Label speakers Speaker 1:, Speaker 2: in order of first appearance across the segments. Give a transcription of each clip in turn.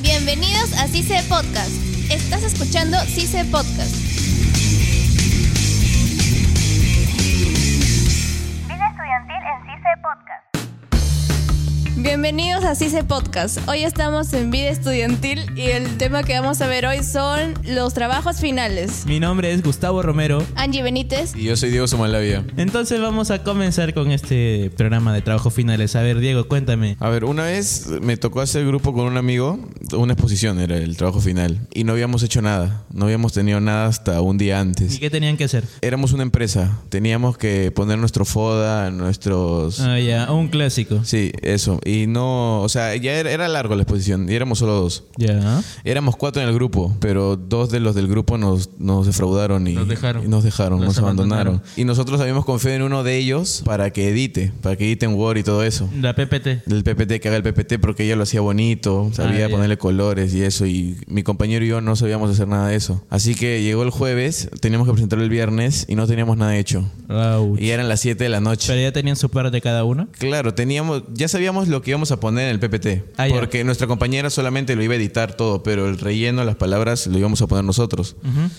Speaker 1: Bienvenidos a CICE Podcast. Estás escuchando CICE Podcast.
Speaker 2: Vida Estudiantil en CICE Podcast.
Speaker 1: Bienvenidos a CICE Podcast. Hoy estamos en Vida Estudiantil y el tema que vamos a ver hoy son los trabajos finales.
Speaker 3: Mi nombre es Gustavo Romero.
Speaker 1: Angie Benítez.
Speaker 4: Y yo soy Diego Somalavia.
Speaker 3: Entonces vamos a comenzar con este programa de trabajo finales. A ver, Diego, cuéntame.
Speaker 4: A ver, una vez me tocó hacer grupo con un amigo, una exposición era el trabajo final, y no habíamos hecho nada, no habíamos tenido nada hasta un día
Speaker 3: ¿Y
Speaker 4: antes.
Speaker 3: qué tenían que hacer?
Speaker 4: Éramos una empresa, teníamos que poner nuestro FODA, nuestros...
Speaker 3: Ah, ya, un clásico.
Speaker 4: Sí, eso. Y no, o sea, ya era, era largo la exposición y éramos solo dos.
Speaker 3: Ya.
Speaker 4: Éramos cuatro en el grupo, pero dos de los del grupo nos, nos defraudaron y
Speaker 3: Nos dejaron.
Speaker 4: y nos, dejaron,
Speaker 3: Nos
Speaker 4: nos abandonaron.
Speaker 3: abandonaron.
Speaker 4: Y nosotros habíamos confiado en uno de ellos para que edite, para que edite en Word y todo eso.
Speaker 3: La PPT.
Speaker 4: El PPT, que haga el PPT porque ella lo hacía bonito, sabía
Speaker 3: Ah, ya.
Speaker 4: ponerle colores y eso. Y mi compañero y yo no sabíamos hacer nada de eso. Así que llegó el jueves, teníamos que presentarlo el viernes y no teníamos nada hecho.
Speaker 3: Ouch.
Speaker 4: Y eran las 7 de la noche.
Speaker 3: Pero ya tenían su par de cada uno.
Speaker 4: Claro, teníamos, ya sabíamos lo que íbamos a poner en el PPT.
Speaker 3: Ah, ya.
Speaker 4: porque nuestra compañera solamente lo iba a editar todo, pero el relleno, las palabras, lo íbamos a poner nosotros.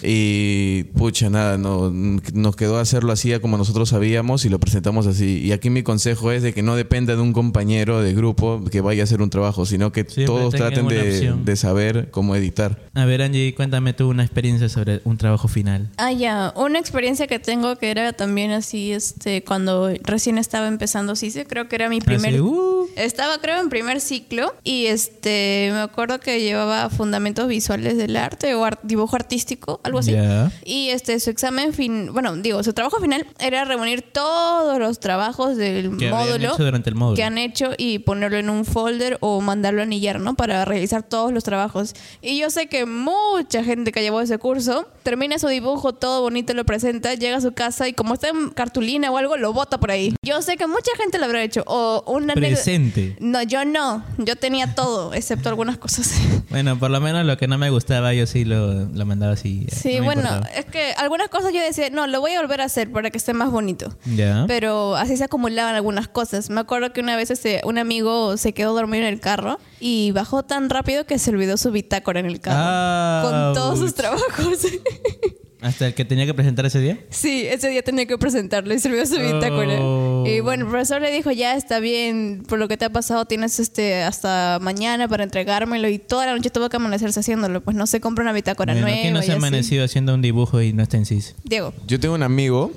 Speaker 4: Y pucha, nada, no, nos quedó hacerlo así a como nosotros sabíamos y lo presentamos así. Y aquí mi consejo es de que no dependa de un compañero de grupo que vaya a hacer un trabajo, sino que
Speaker 3: Siempre
Speaker 4: todos
Speaker 3: tengan
Speaker 4: traten
Speaker 3: una
Speaker 4: de,
Speaker 3: opción.
Speaker 4: de saber cómo editar.
Speaker 3: A ver, Angie, cuéntame tú una experiencia sobre un trabajo final.
Speaker 1: Ah, ya. Una experiencia que tengo que era también así, este, cuando recién estaba empezando CICE, creo que era mi primer...
Speaker 3: Así, uh,
Speaker 1: Estaba creo en primer ciclo y este me acuerdo que llevaba fundamentos visuales del arte o ar- dibujo artístico, algo así.
Speaker 3: Ya.
Speaker 1: Y este su examen fin, bueno, digo, su trabajo final era reunir todos los trabajos del
Speaker 3: Que habían
Speaker 1: módulo
Speaker 3: hecho durante el módulo.
Speaker 1: que han hecho y ponerlo en un folder o mandarlo a anillar, ¿no? Para realizar todos los trabajos. Y yo sé que mucha gente que llevó ese curso termina su dibujo todo bonito, lo presenta, llega a su casa y como está en cartulina o algo, lo bota por ahí. Yo sé que mucha gente lo habrá hecho. O una anécdota-
Speaker 3: presente.
Speaker 1: No, yo no. Yo tenía todo, excepto algunas cosas.
Speaker 3: Bueno, por lo menos lo que no me gustaba, yo sí lo, lo mandaba así. eh,
Speaker 1: Sí,
Speaker 3: no me
Speaker 1: bueno,
Speaker 3: importaba.
Speaker 1: es que algunas cosas yo decía, no, lo voy a volver a hacer para que esté más bonito.
Speaker 3: Ya.
Speaker 1: Pero así se acumulaban algunas cosas. Me acuerdo que una vez este, un amigo se quedó dormido en el carro y bajó tan rápido que se olvidó su bitácora en el carro.
Speaker 3: Ah,
Speaker 1: con todos sus
Speaker 3: uch.
Speaker 1: trabajos.
Speaker 3: Hasta el que tenía que presentar ese día.
Speaker 1: sí, ese día tenía que presentarle y se olvidó su bitácora.
Speaker 3: Oh.
Speaker 1: Y bueno, el profesor le dijo, ya está bien, por lo que te ha pasado tienes este hasta mañana para entregármelo y toda la noche tuvo que amanecerse haciéndolo. Pues no se compra una bitácora
Speaker 3: Bueno,
Speaker 1: nueva.
Speaker 3: ¿Quién no
Speaker 1: y
Speaker 3: se ha
Speaker 1: así.
Speaker 3: amanecido haciendo un dibujo y no está en CIS?
Speaker 1: Diego.
Speaker 4: Yo tengo un amigo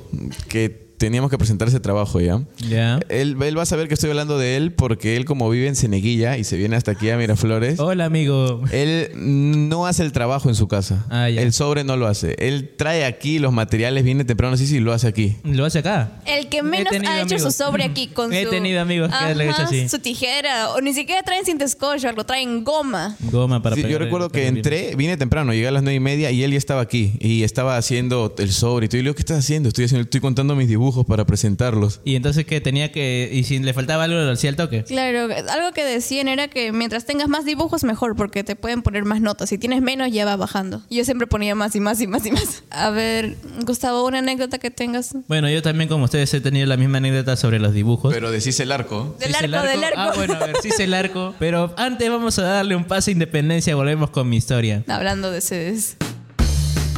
Speaker 4: que teníamos que presentar ese trabajo ya.
Speaker 3: Ya.
Speaker 4: Él, él va a saber que estoy hablando de él porque él como vive en Ceneguilla y se viene hasta
Speaker 3: Ah,
Speaker 4: aquí a Miraflores,
Speaker 3: Hola, amigo.
Speaker 4: él no hace el trabajo en su casa.
Speaker 3: Ah, ya.
Speaker 4: El sobre no lo hace. Él trae aquí los materiales, viene temprano, sí, sí, lo hace aquí.
Speaker 3: Lo hace acá.
Speaker 1: El que
Speaker 3: He
Speaker 1: menos
Speaker 3: tenido
Speaker 1: ha hecho su
Speaker 3: amigos.
Speaker 1: sobre aquí con
Speaker 3: He
Speaker 1: su...
Speaker 3: tenido amigos que lo han
Speaker 1: Ajá,
Speaker 3: hecho así.
Speaker 1: su tijera. O ni siquiera traen cintescocho, lo traen goma.
Speaker 3: Goma para
Speaker 4: Sí, yo
Speaker 3: pegar el-
Speaker 4: recuerdo que
Speaker 3: pegar el
Speaker 4: entré, vine temprano, llegué a las nueve y media y él ya estaba aquí y estaba haciendo el sobre. Y tú, y le digo, ¿qué estás haciendo? Estoy, haciendo, estoy contando mis dibujos para presentarlos.
Speaker 3: Y entonces que tenía que. Y si le faltaba algo, lo hacía al toque.
Speaker 1: Claro, algo que decían era que mientras tengas más dibujos, mejor, porque te pueden poner más notas. Si tienes menos, ya va bajando. Yo siempre ponía más y más y más y más. A ver, Gustavo, una anécdota que tengas.
Speaker 3: Bueno, yo también, como ustedes, he tenido la misma anécdota sobre los dibujos.
Speaker 4: Pero decís el arco.
Speaker 1: Del
Speaker 3: Sí hice
Speaker 1: arco,
Speaker 3: el
Speaker 1: del arco.
Speaker 3: Ah, bueno, a ver, sí hice el arco. Pero antes vamos a darle un pase a independencia. Volvemos con mi historia.
Speaker 1: Hablando de sedes.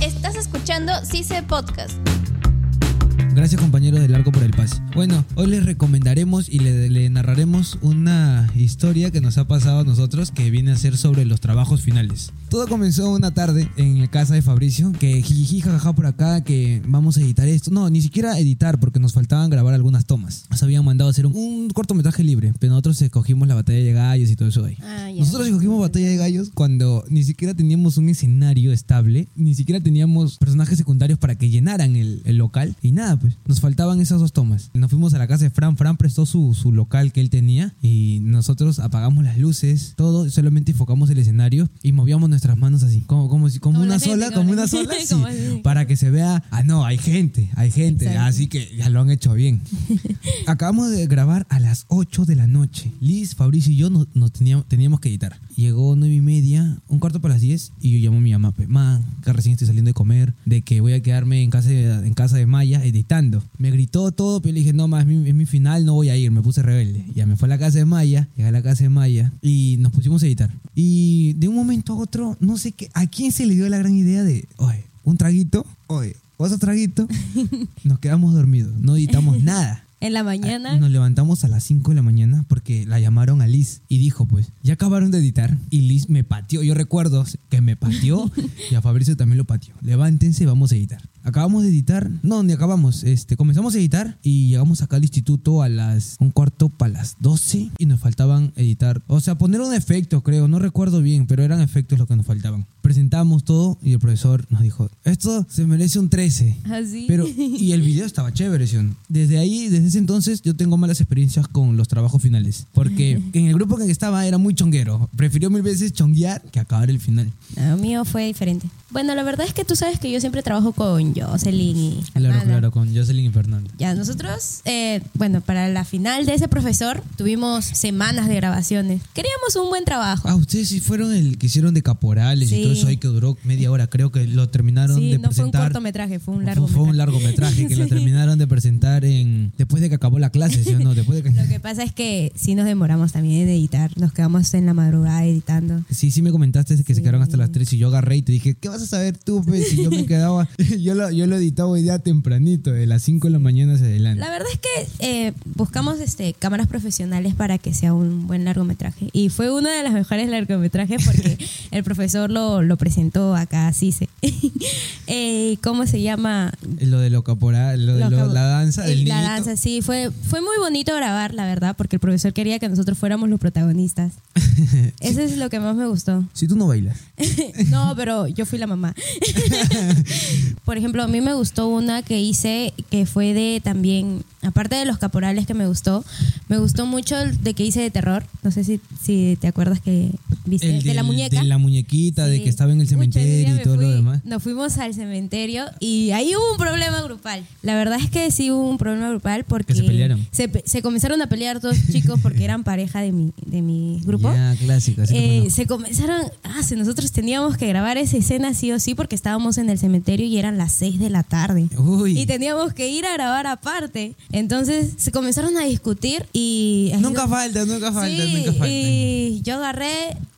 Speaker 1: Estás escuchando CICE Podcast.
Speaker 5: Gracias compañeros del Arco por el Pase. Bueno, hoy les recomendaremos y le, le narraremos una historia que nos ha pasado a nosotros que viene a ser sobre los trabajos finales. Todo comenzó una tarde en la casa de Fabricio, que jijiji jajaja por acá, que vamos a editar esto. No, ni siquiera editar porque nos faltaban grabar algunas tomas. Nos habían mandado a hacer un, un cortometraje libre, pero nosotros escogimos la batalla de gallos y todo eso de ahí. Nosotros escogimos Batalla de Gallos cuando ni siquiera teníamos un escenario estable, ni siquiera teníamos personajes secundarios para que llenaran el, el local. Y nada, pues nos faltaban esas dos tomas. Nos fuimos a la casa de Fran, Fran prestó su, su local que él tenía y nosotros apagamos las luces, todo, solamente enfocamos el escenario y movíamos nuestras manos así, como, como, si, como,
Speaker 6: Como
Speaker 5: una
Speaker 6: la gente,
Speaker 5: sola,
Speaker 6: como
Speaker 5: como
Speaker 6: la
Speaker 5: una
Speaker 6: gente,
Speaker 5: sola, sí,
Speaker 6: como así.
Speaker 5: para que se vea, ah, no, hay gente, hay gente,
Speaker 6: Exacto.
Speaker 5: así que ya lo han hecho bien. Acabamos de grabar a las 8 de la noche. Liz, Fabricio y yo nos, nos teníamos, teníamos que editar. Llegó 9 y media, un cuarto para las 10, y yo llamo a mi mamá, pe, "Ma, que recién estoy saliendo de comer, de que voy a quedarme en casa de, en casa de Maya editando gritando. Me gritó todo, pero yo le dije, no más, es mi, es mi final, no voy a ir. Me puse rebelde. Ya me fue a la casa de Maya, llegué a la casa de Maya y nos pusimos a editar. Y de un momento a otro, no sé qué, a quién se le dio la gran idea de, oye, un traguito, oye, otro traguito. nos quedamos dormidos, no editamos nada.
Speaker 6: En la mañana.
Speaker 5: Nos levantamos a las 5 de la mañana porque la llamaron a Liz y dijo, pues, ya acabaron de editar. Y Liz me pateó. Yo recuerdo que me pateó y a Fabricio también lo pateó. Levántense, vamos a editar. Acabamos de editar. No, ni acabamos. Este, comenzamos a editar y llegamos acá al instituto a las un cuarto para las 12 y nos faltaban editar. O sea, poner un efecto, creo. No recuerdo bien, pero eran efectos los que nos faltaban. Presentamos todo y el profesor nos dijo, esto se merece un 13.
Speaker 6: Así.
Speaker 5: Pero, y el video estaba chévere, ¿sí? o no? Desde ahí, desde ese entonces, yo tengo malas experiencias con los trabajos finales. Porque en el grupo en el que estaba era muy chonguero. Prefirió mil veces chonguear que acabar el final.
Speaker 6: Lo mío fue diferente. Bueno, la verdad es que tú sabes que yo siempre trabajo con Jocelyn y.
Speaker 5: Claro,
Speaker 6: Fernanda.
Speaker 5: claro, con Jocelyn y Fernando.
Speaker 6: Ya, nosotros, eh, bueno, para la final de ese profesor tuvimos semanas de grabaciones. Queríamos un buen trabajo.
Speaker 5: Ah, ustedes sí fueron el que hicieron de caporales y
Speaker 6: Sí.
Speaker 5: todo eso ahí que duró media hora. Creo que lo terminaron
Speaker 6: Sí,
Speaker 5: de
Speaker 6: no fue un
Speaker 5: presentar.
Speaker 6: cortometraje, fue un
Speaker 5: Fue- Fue, un largometraje que lo
Speaker 6: Sí.
Speaker 5: terminaron de presentar en después de que acabó la clase, ¿sí o no? Después de que-
Speaker 6: Lo que pasa es que sí nos demoramos también en editar. Nos quedamos en la madrugada editando.
Speaker 5: Sí, sí me comentaste que se quedaron hasta las 3 y yo agarré y te dije, ¿qué vas a saber tú, pe? Si yo me quedaba, yo lo, yo lo editaba hoy día tempranito, de las 5 de la mañana hacia adelante.
Speaker 6: La verdad es que eh, buscamos este, cámaras profesionales para que sea un buen largometraje. Y fue uno de los mejores largometrajes porque el profesor lo, lo presentó acá, Cise. eh, ¿Cómo se llama?
Speaker 5: Lo de lo caporal, lo de
Speaker 6: Lo
Speaker 5: lo-
Speaker 6: acabo-
Speaker 5: la danza
Speaker 6: Eh,
Speaker 5: del
Speaker 6: La
Speaker 5: niñito.
Speaker 6: danza, sí. Fue, fue muy bonito grabar, la verdad, porque el profesor quería que nosotros fuéramos los protagonistas. Eso es lo que más me gustó.
Speaker 5: Si tú no bailas.
Speaker 6: no, pero yo fui la mamá. Por ejemplo, a mí me gustó una que hice que fue de también, aparte de los caporales que me gustó, me gustó mucho el de que hice de terror. No sé si, si te acuerdas que viste,
Speaker 5: El
Speaker 6: de la
Speaker 5: del-
Speaker 6: muñeca.
Speaker 5: De la muñequita, de
Speaker 6: Sí.
Speaker 5: que estaba en el
Speaker 6: Pucha, ese día
Speaker 5: cementerio y
Speaker 6: me
Speaker 5: todo lo
Speaker 6: fui-
Speaker 5: demás.
Speaker 6: Nos fuimos al cementerio y ahí hubo un problema grupal. La verdad es que sí hubo un problema grupal porque
Speaker 5: Que se pelearon.
Speaker 6: Se, pe- se comenzaron a pelear dos chicos porque eran pareja de mi, de mi grupo.
Speaker 5: Ya, clásico, así
Speaker 6: Eh,
Speaker 5: como no.
Speaker 6: se comenzaron, ah, sí, nosotros teníamos que grabar esa escena sí o sí porque estábamos en el cementerio y eran las 6 de la tarde.
Speaker 5: Uy.
Speaker 6: Y teníamos que ir a grabar aparte. Entonces se comenzaron a discutir y...
Speaker 5: Nunca falta, nunca falta,
Speaker 6: Sí,
Speaker 5: nunca falta.
Speaker 6: Y yo agarré,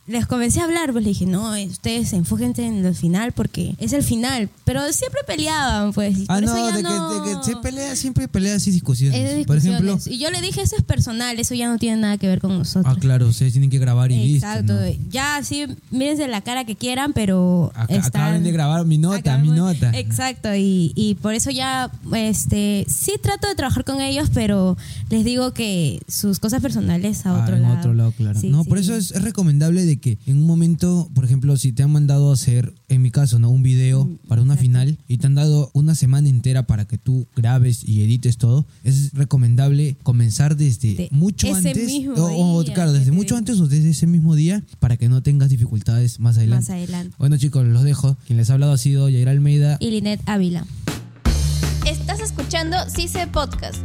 Speaker 6: les comencé a hablar, pues le dije, no, eh, ustedes enfóquense en el final porque es el final. Pero siempre peleaban, pues. y
Speaker 5: Ah,
Speaker 6: por eso
Speaker 5: no,
Speaker 6: ya
Speaker 5: de,
Speaker 6: no-
Speaker 5: Que, de que se pelea, siempre hay peleas y discusiones.
Speaker 6: Es de
Speaker 5: Por ejemplo,
Speaker 6: discusiones. y yo le dije, eso es personal, eso ya no tiene nada que ver con nosotros.
Speaker 5: ah, claro, ustedes tienen que grabar y
Speaker 6: Exacto.
Speaker 5: listo. ¿no?
Speaker 6: Ya, sí, mírense la cara que quieran, pero.
Speaker 5: Ac- acaben de grabar mi nota,
Speaker 6: Acabamos-
Speaker 5: mi nota.
Speaker 6: Exacto. Y, y por eso ya, este, sí trato de trabajar con ellos, pero les digo que sus cosas personales a
Speaker 5: Ah,
Speaker 6: otro
Speaker 5: en
Speaker 6: lado.
Speaker 5: otro lado, claro.
Speaker 6: Sí,
Speaker 5: no,
Speaker 6: sí,
Speaker 5: por eso
Speaker 6: sí.
Speaker 5: es, es recomendable de que en un momento, por ejemplo, si te han mandado a hacer, en mi caso, ¿no? Un video
Speaker 6: Mm,
Speaker 5: para una final y te han dado una semana entera para que tú grabes y edites todo, es recomendable comenzar desde
Speaker 6: De
Speaker 5: mucho
Speaker 6: ese
Speaker 5: antes.
Speaker 6: mismo
Speaker 5: o, o,
Speaker 6: día
Speaker 5: claro,
Speaker 6: que
Speaker 5: desde
Speaker 6: te
Speaker 5: mucho
Speaker 6: digo.
Speaker 5: antes o desde ese mismo día para que no tengas dificultades más adelante.
Speaker 6: Más adelante.
Speaker 5: Bueno, chicos, los dejo. Quien les ha hablado ha sido Yair Almeida.
Speaker 6: Y Linet Ávila.
Speaker 1: Estás escuchando CICE Podcast.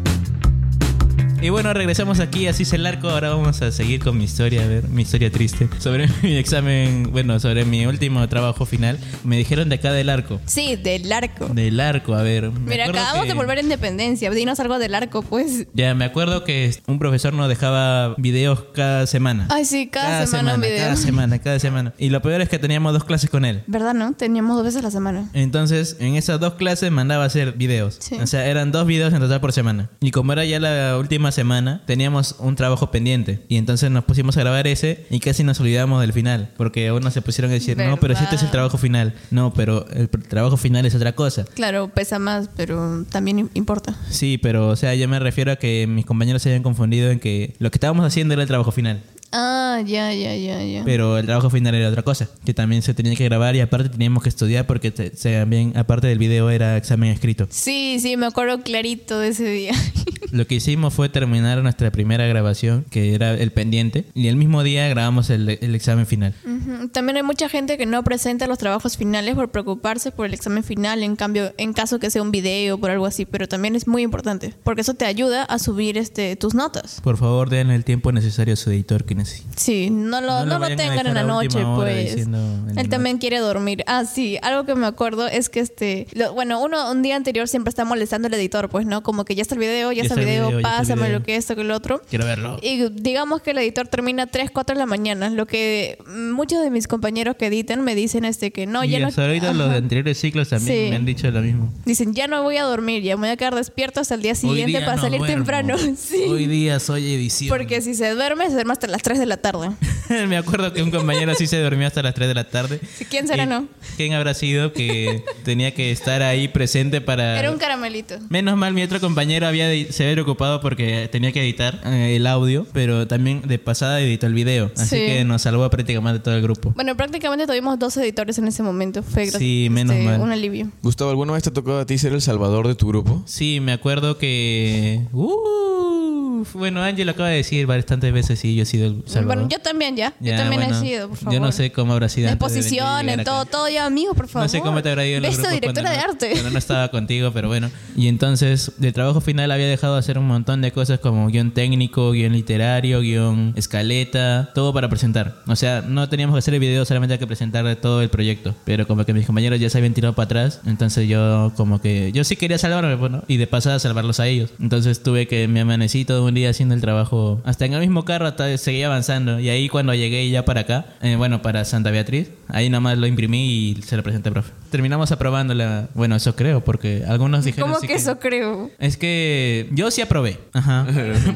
Speaker 3: Y bueno, regresamos aquí, así es el arco. Ahora vamos a seguir con mi historia, a ver, mi historia triste. Sobre mi examen, bueno, sobre mi último trabajo final. Me dijeron de acá del arco.
Speaker 1: Sí, del arco.
Speaker 3: Del arco, a ver. me
Speaker 1: Mira,
Speaker 3: acuerdo
Speaker 1: acabamos
Speaker 3: que-
Speaker 1: de volver a Independencia. Dinos algo del arco, pues.
Speaker 3: Ya, me acuerdo que un profesor nos dejaba videos cada semana.
Speaker 1: Ay, sí, cada, semana, un video.
Speaker 3: Cada semana, cada semana. Y lo peor es que teníamos dos clases con él.
Speaker 1: ¿Verdad, no? Teníamos dos veces a la semana.
Speaker 3: Entonces, en esas dos clases mandaba hacer videos.
Speaker 1: Sí.
Speaker 3: O sea, eran dos videos en total por semana. Y como era ya la última semana, teníamos un trabajo pendiente. Y entonces nos pusimos a grabar ese y casi nos olvidamos del final. Porque unos se pusieron a decir, no, pero si este es el
Speaker 1: ¿Verdad?
Speaker 3: trabajo final. No, pero el pr- trabajo final es otra cosa.
Speaker 1: Claro, pesa más, pero también im- importa.
Speaker 3: Sí, pero o sea, yo me refiero a que mis compañeros se hayan confundido en que lo que estábamos haciendo era el trabajo final.
Speaker 1: Ah, ya, ya, ya, ya.
Speaker 3: Pero el trabajo final era otra cosa, que también se tenía que grabar y aparte teníamos que estudiar porque te- se- también, aparte del video, era examen escrito.
Speaker 1: Sí, sí, me acuerdo clarito de ese día.
Speaker 3: Lo que hicimos fue terminar nuestra primera grabación, que era el pendiente, y el mismo día grabamos el, el examen final.
Speaker 1: Ujú. También hay mucha gente que no presenta los trabajos finales por preocuparse por el examen final, en cambio, en caso que sea un video o por algo así, pero también es muy importante, porque eso te ayuda a subir este, tus notas.
Speaker 3: Por favor, den el tiempo necesario a su editor, quien Messi.
Speaker 1: Sí, no lo,
Speaker 3: No lo
Speaker 1: no lo
Speaker 3: vayan a
Speaker 1: tengan en la
Speaker 3: dejar a
Speaker 1: noche,
Speaker 3: última hora
Speaker 1: pues.
Speaker 3: diciendo en la
Speaker 1: Él también quiere dormir. Ah, sí, algo que me acuerdo es que este. lo- bueno, uno un día anterior siempre está molestando al editor, pues, ¿no? Como que ya está el video, ya está el video,
Speaker 3: ya está el
Speaker 1: pásame
Speaker 3: video.
Speaker 1: lo que esto, que lo otro.
Speaker 3: Quiero verlo.
Speaker 1: Y digamos que el editor termina 3, 4 de la mañana, lo que muchos de mis compañeros que editan me dicen este que no,
Speaker 3: y
Speaker 1: ya no.
Speaker 3: hasta ahorita los
Speaker 1: Ajá.
Speaker 3: anteriores ciclos también
Speaker 1: Sí.
Speaker 3: me han dicho lo mismo.
Speaker 1: Dicen, ya no voy a dormir, ya me voy a quedar despierto hasta el día
Speaker 3: Hoy
Speaker 1: siguiente
Speaker 3: día
Speaker 1: para
Speaker 3: no
Speaker 1: salir
Speaker 3: duermo.
Speaker 1: temprano. Sí.
Speaker 3: Hoy día soy edición.
Speaker 1: Porque si se duerme, se duerme hasta las 3 de la tarde.
Speaker 3: me acuerdo que un compañero así se durmió hasta las 3 de la tarde.
Speaker 1: Sí, ¿quién será,
Speaker 3: Y-
Speaker 1: no?
Speaker 3: ¿Quién habrá sido que tenía que estar ahí presente para...
Speaker 1: Era un caramelito.
Speaker 3: Menos mal, mi otro compañero había de- se había ocupado porque tenía que editar eh, el audio, pero también de pasada editó el video. Así
Speaker 1: Sí.
Speaker 3: que nos salvó prácticamente todo el grupo.
Speaker 1: Bueno, prácticamente tuvimos dos editores en ese momento. Fue gra-
Speaker 3: Sí, menos mal.
Speaker 1: un alivio.
Speaker 4: Gustavo, ¿alguna vez te ha tocado a ti ser el salvador de tu grupo?
Speaker 3: Sí, me acuerdo que... ¡Uf! bueno, Ángel lo acaba de decir bastantes veces y yo he sido el salvador.
Speaker 1: Bueno, yo también ya.
Speaker 3: Ya,
Speaker 1: yo también
Speaker 3: bueno,
Speaker 1: he sido, por favor.
Speaker 3: Yo no sé cómo habrá sido.
Speaker 1: La
Speaker 3: antes de venir
Speaker 1: exposición,
Speaker 3: y
Speaker 1: en
Speaker 3: llegar
Speaker 1: todo,
Speaker 3: acá.
Speaker 1: todo ya, amigos, por favor.
Speaker 3: No sé cómo te habrá ido en los
Speaker 1: Beso
Speaker 3: grupos
Speaker 1: directora de
Speaker 3: cuando no-
Speaker 1: arte.
Speaker 3: cuando no estaba contigo, pero bueno. Y entonces, del trabajo final había dejado de hacer un montón de cosas como guión técnico, guión literario, guión escaleta, todo para presentar. O sea, no teníamos que hacer el video, solamente había que presentar todo el proyecto. Pero como que mis compañeros ya se habían tirado para atrás, entonces yo como que... Eh, Yo sí quería salvarme, bueno, y de pasada salvarlos a ellos. Entonces tuve que... Me amanecí todo un día haciendo el trabajo. Hasta en el mismo carro hasta seguía avanzando. Y ahí cuando llegué ya para acá, eh, bueno, para Santa Beatriz, ahí nomás lo imprimí y se lo presenté al profe. Terminamos aprobándola. Bueno, eso creo, porque algunos dijeron...
Speaker 1: ¿Cómo
Speaker 3: sí
Speaker 1: que eso creo?
Speaker 3: Es que yo sí aprobé. Ajá.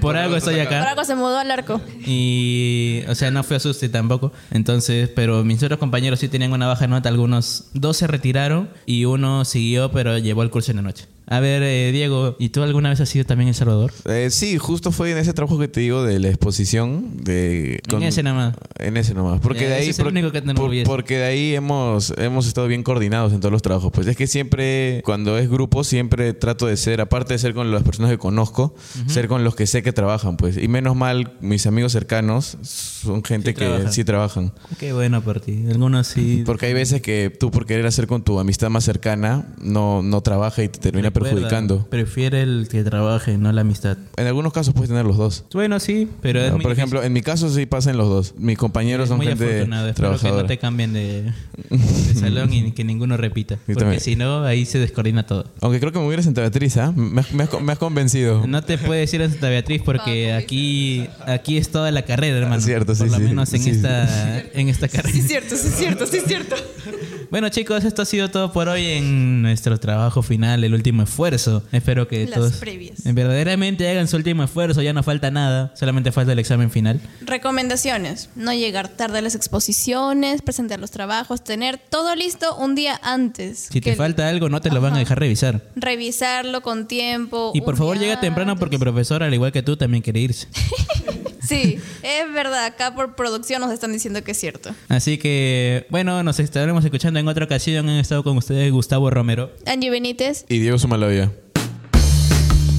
Speaker 3: Por algo estoy acá.
Speaker 1: Por algo se mudó al arco.
Speaker 3: Y, o sea, no fue asuste tampoco. Entonces, pero mis otros compañeros sí tenían una baja nota. Algunos, dos se retiraron y uno siguió, pero llevó el curso en la noche. A ver, eh, Diego, ¿y tú alguna vez has sido también El Salvador?
Speaker 4: Eh, sí, justo fue en ese trabajo que te digo de la exposición. De,
Speaker 3: En ese nada más.
Speaker 4: En ese nomás. Porque
Speaker 3: Ya,
Speaker 4: de ahí.
Speaker 3: Eh, ese es el
Speaker 4: por-
Speaker 3: único que te
Speaker 4: por-
Speaker 3: enorgullece.
Speaker 4: porque de ahí hemos, hemos estado bien coordinados en todos los trabajos. Pues es que siempre, cuando es grupo, siempre trato de ser, aparte de ser con las personas que conozco, ser con los que sé que trabajan, pues. Y menos mal, mis amigos cercanos son gente que
Speaker 3: trabajan.
Speaker 4: sí trabajan.
Speaker 3: Qué bueno por ti. Algunos sí.
Speaker 4: Porque hay veces que tú, por querer hacer con tu amistad más cercana, no, no trabaja y te termina
Speaker 3: Recuerda,
Speaker 4: perjudicando.
Speaker 3: Prefiere el que trabaje, no la amistad.
Speaker 4: En algunos casos puedes tener los dos.
Speaker 3: Bueno, sí, pero es
Speaker 4: No,
Speaker 3: muy
Speaker 4: por
Speaker 3: difícil.
Speaker 4: ejemplo, en mi caso sí pasan los dos. Mis compañeros
Speaker 3: Eres
Speaker 4: son
Speaker 3: muy
Speaker 4: gente
Speaker 3: afortunado. Espero que
Speaker 4: trabajadora.
Speaker 3: no te cambien de, de salón y que ninguno repita. Porque
Speaker 4: también.
Speaker 3: si no, ahí se descoordina todo.
Speaker 4: Aunque creo que me hubieras en Beatriz, ¿ah? Me, has- me has, me has convencido.
Speaker 3: No te puedes ir a Santa Beatriz porque aquí, aquí es toda la carrera, hermano.
Speaker 4: Cierto, sí,
Speaker 3: Por lo
Speaker 4: sí.
Speaker 3: menos en
Speaker 4: Sí,
Speaker 3: esta, en esta carrera.
Speaker 1: Sí, es cierto, sí, es cierto, sí, es cierto.
Speaker 3: Bueno, chicos, esto ha sido todo por hoy en nuestro trabajo final, el último esfuerzo. Espero que
Speaker 1: Las
Speaker 3: todos Em.
Speaker 1: previas.
Speaker 3: verdaderamente hagan su último esfuerzo. Ya no falta nada, solamente falta el examen final.
Speaker 1: Recomendaciones: no llegar tarde a las exposiciones, presentar los trabajos, tener todo listo un día antes.
Speaker 3: Si te
Speaker 1: Que-
Speaker 3: falta algo, no te lo van a dejar revisar.
Speaker 1: Revisarlo con tiempo.
Speaker 3: Y por
Speaker 1: un
Speaker 3: favor,
Speaker 1: día
Speaker 3: llega temprano
Speaker 1: antes.
Speaker 3: porque el profesor, al igual que tú, también quiere irse.
Speaker 1: Sí, es verdad. Acá por producción nos están diciendo que es cierto.
Speaker 3: Así que, bueno, nos estaremos escuchando en otra ocasión. Han estado con ustedes Gustavo Romero.
Speaker 1: Angie Benítez.
Speaker 4: Y Diego Sumalavia.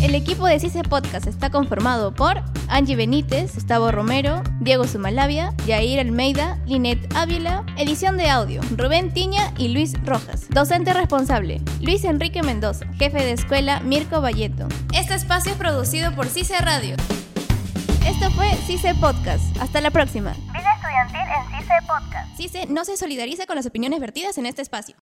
Speaker 1: El equipo de CICE Podcast está conformado por Angie Benítez, Gustavo Romero, Diego Sumalavia, Yair Almeida, Linet Ávila, edición de audio, Rubén Tiña y Luis Rojas. Docente responsable, Luis Enrique Mendoza, jefe de escuela, Mirko Valleto. Este espacio es producido por CICE Radio. Esto fue CICE Podcast. Hasta la próxima.
Speaker 2: Vida Estudiantil en CICE Podcast.
Speaker 1: CICE no se solidariza con las opiniones vertidas en este espacio.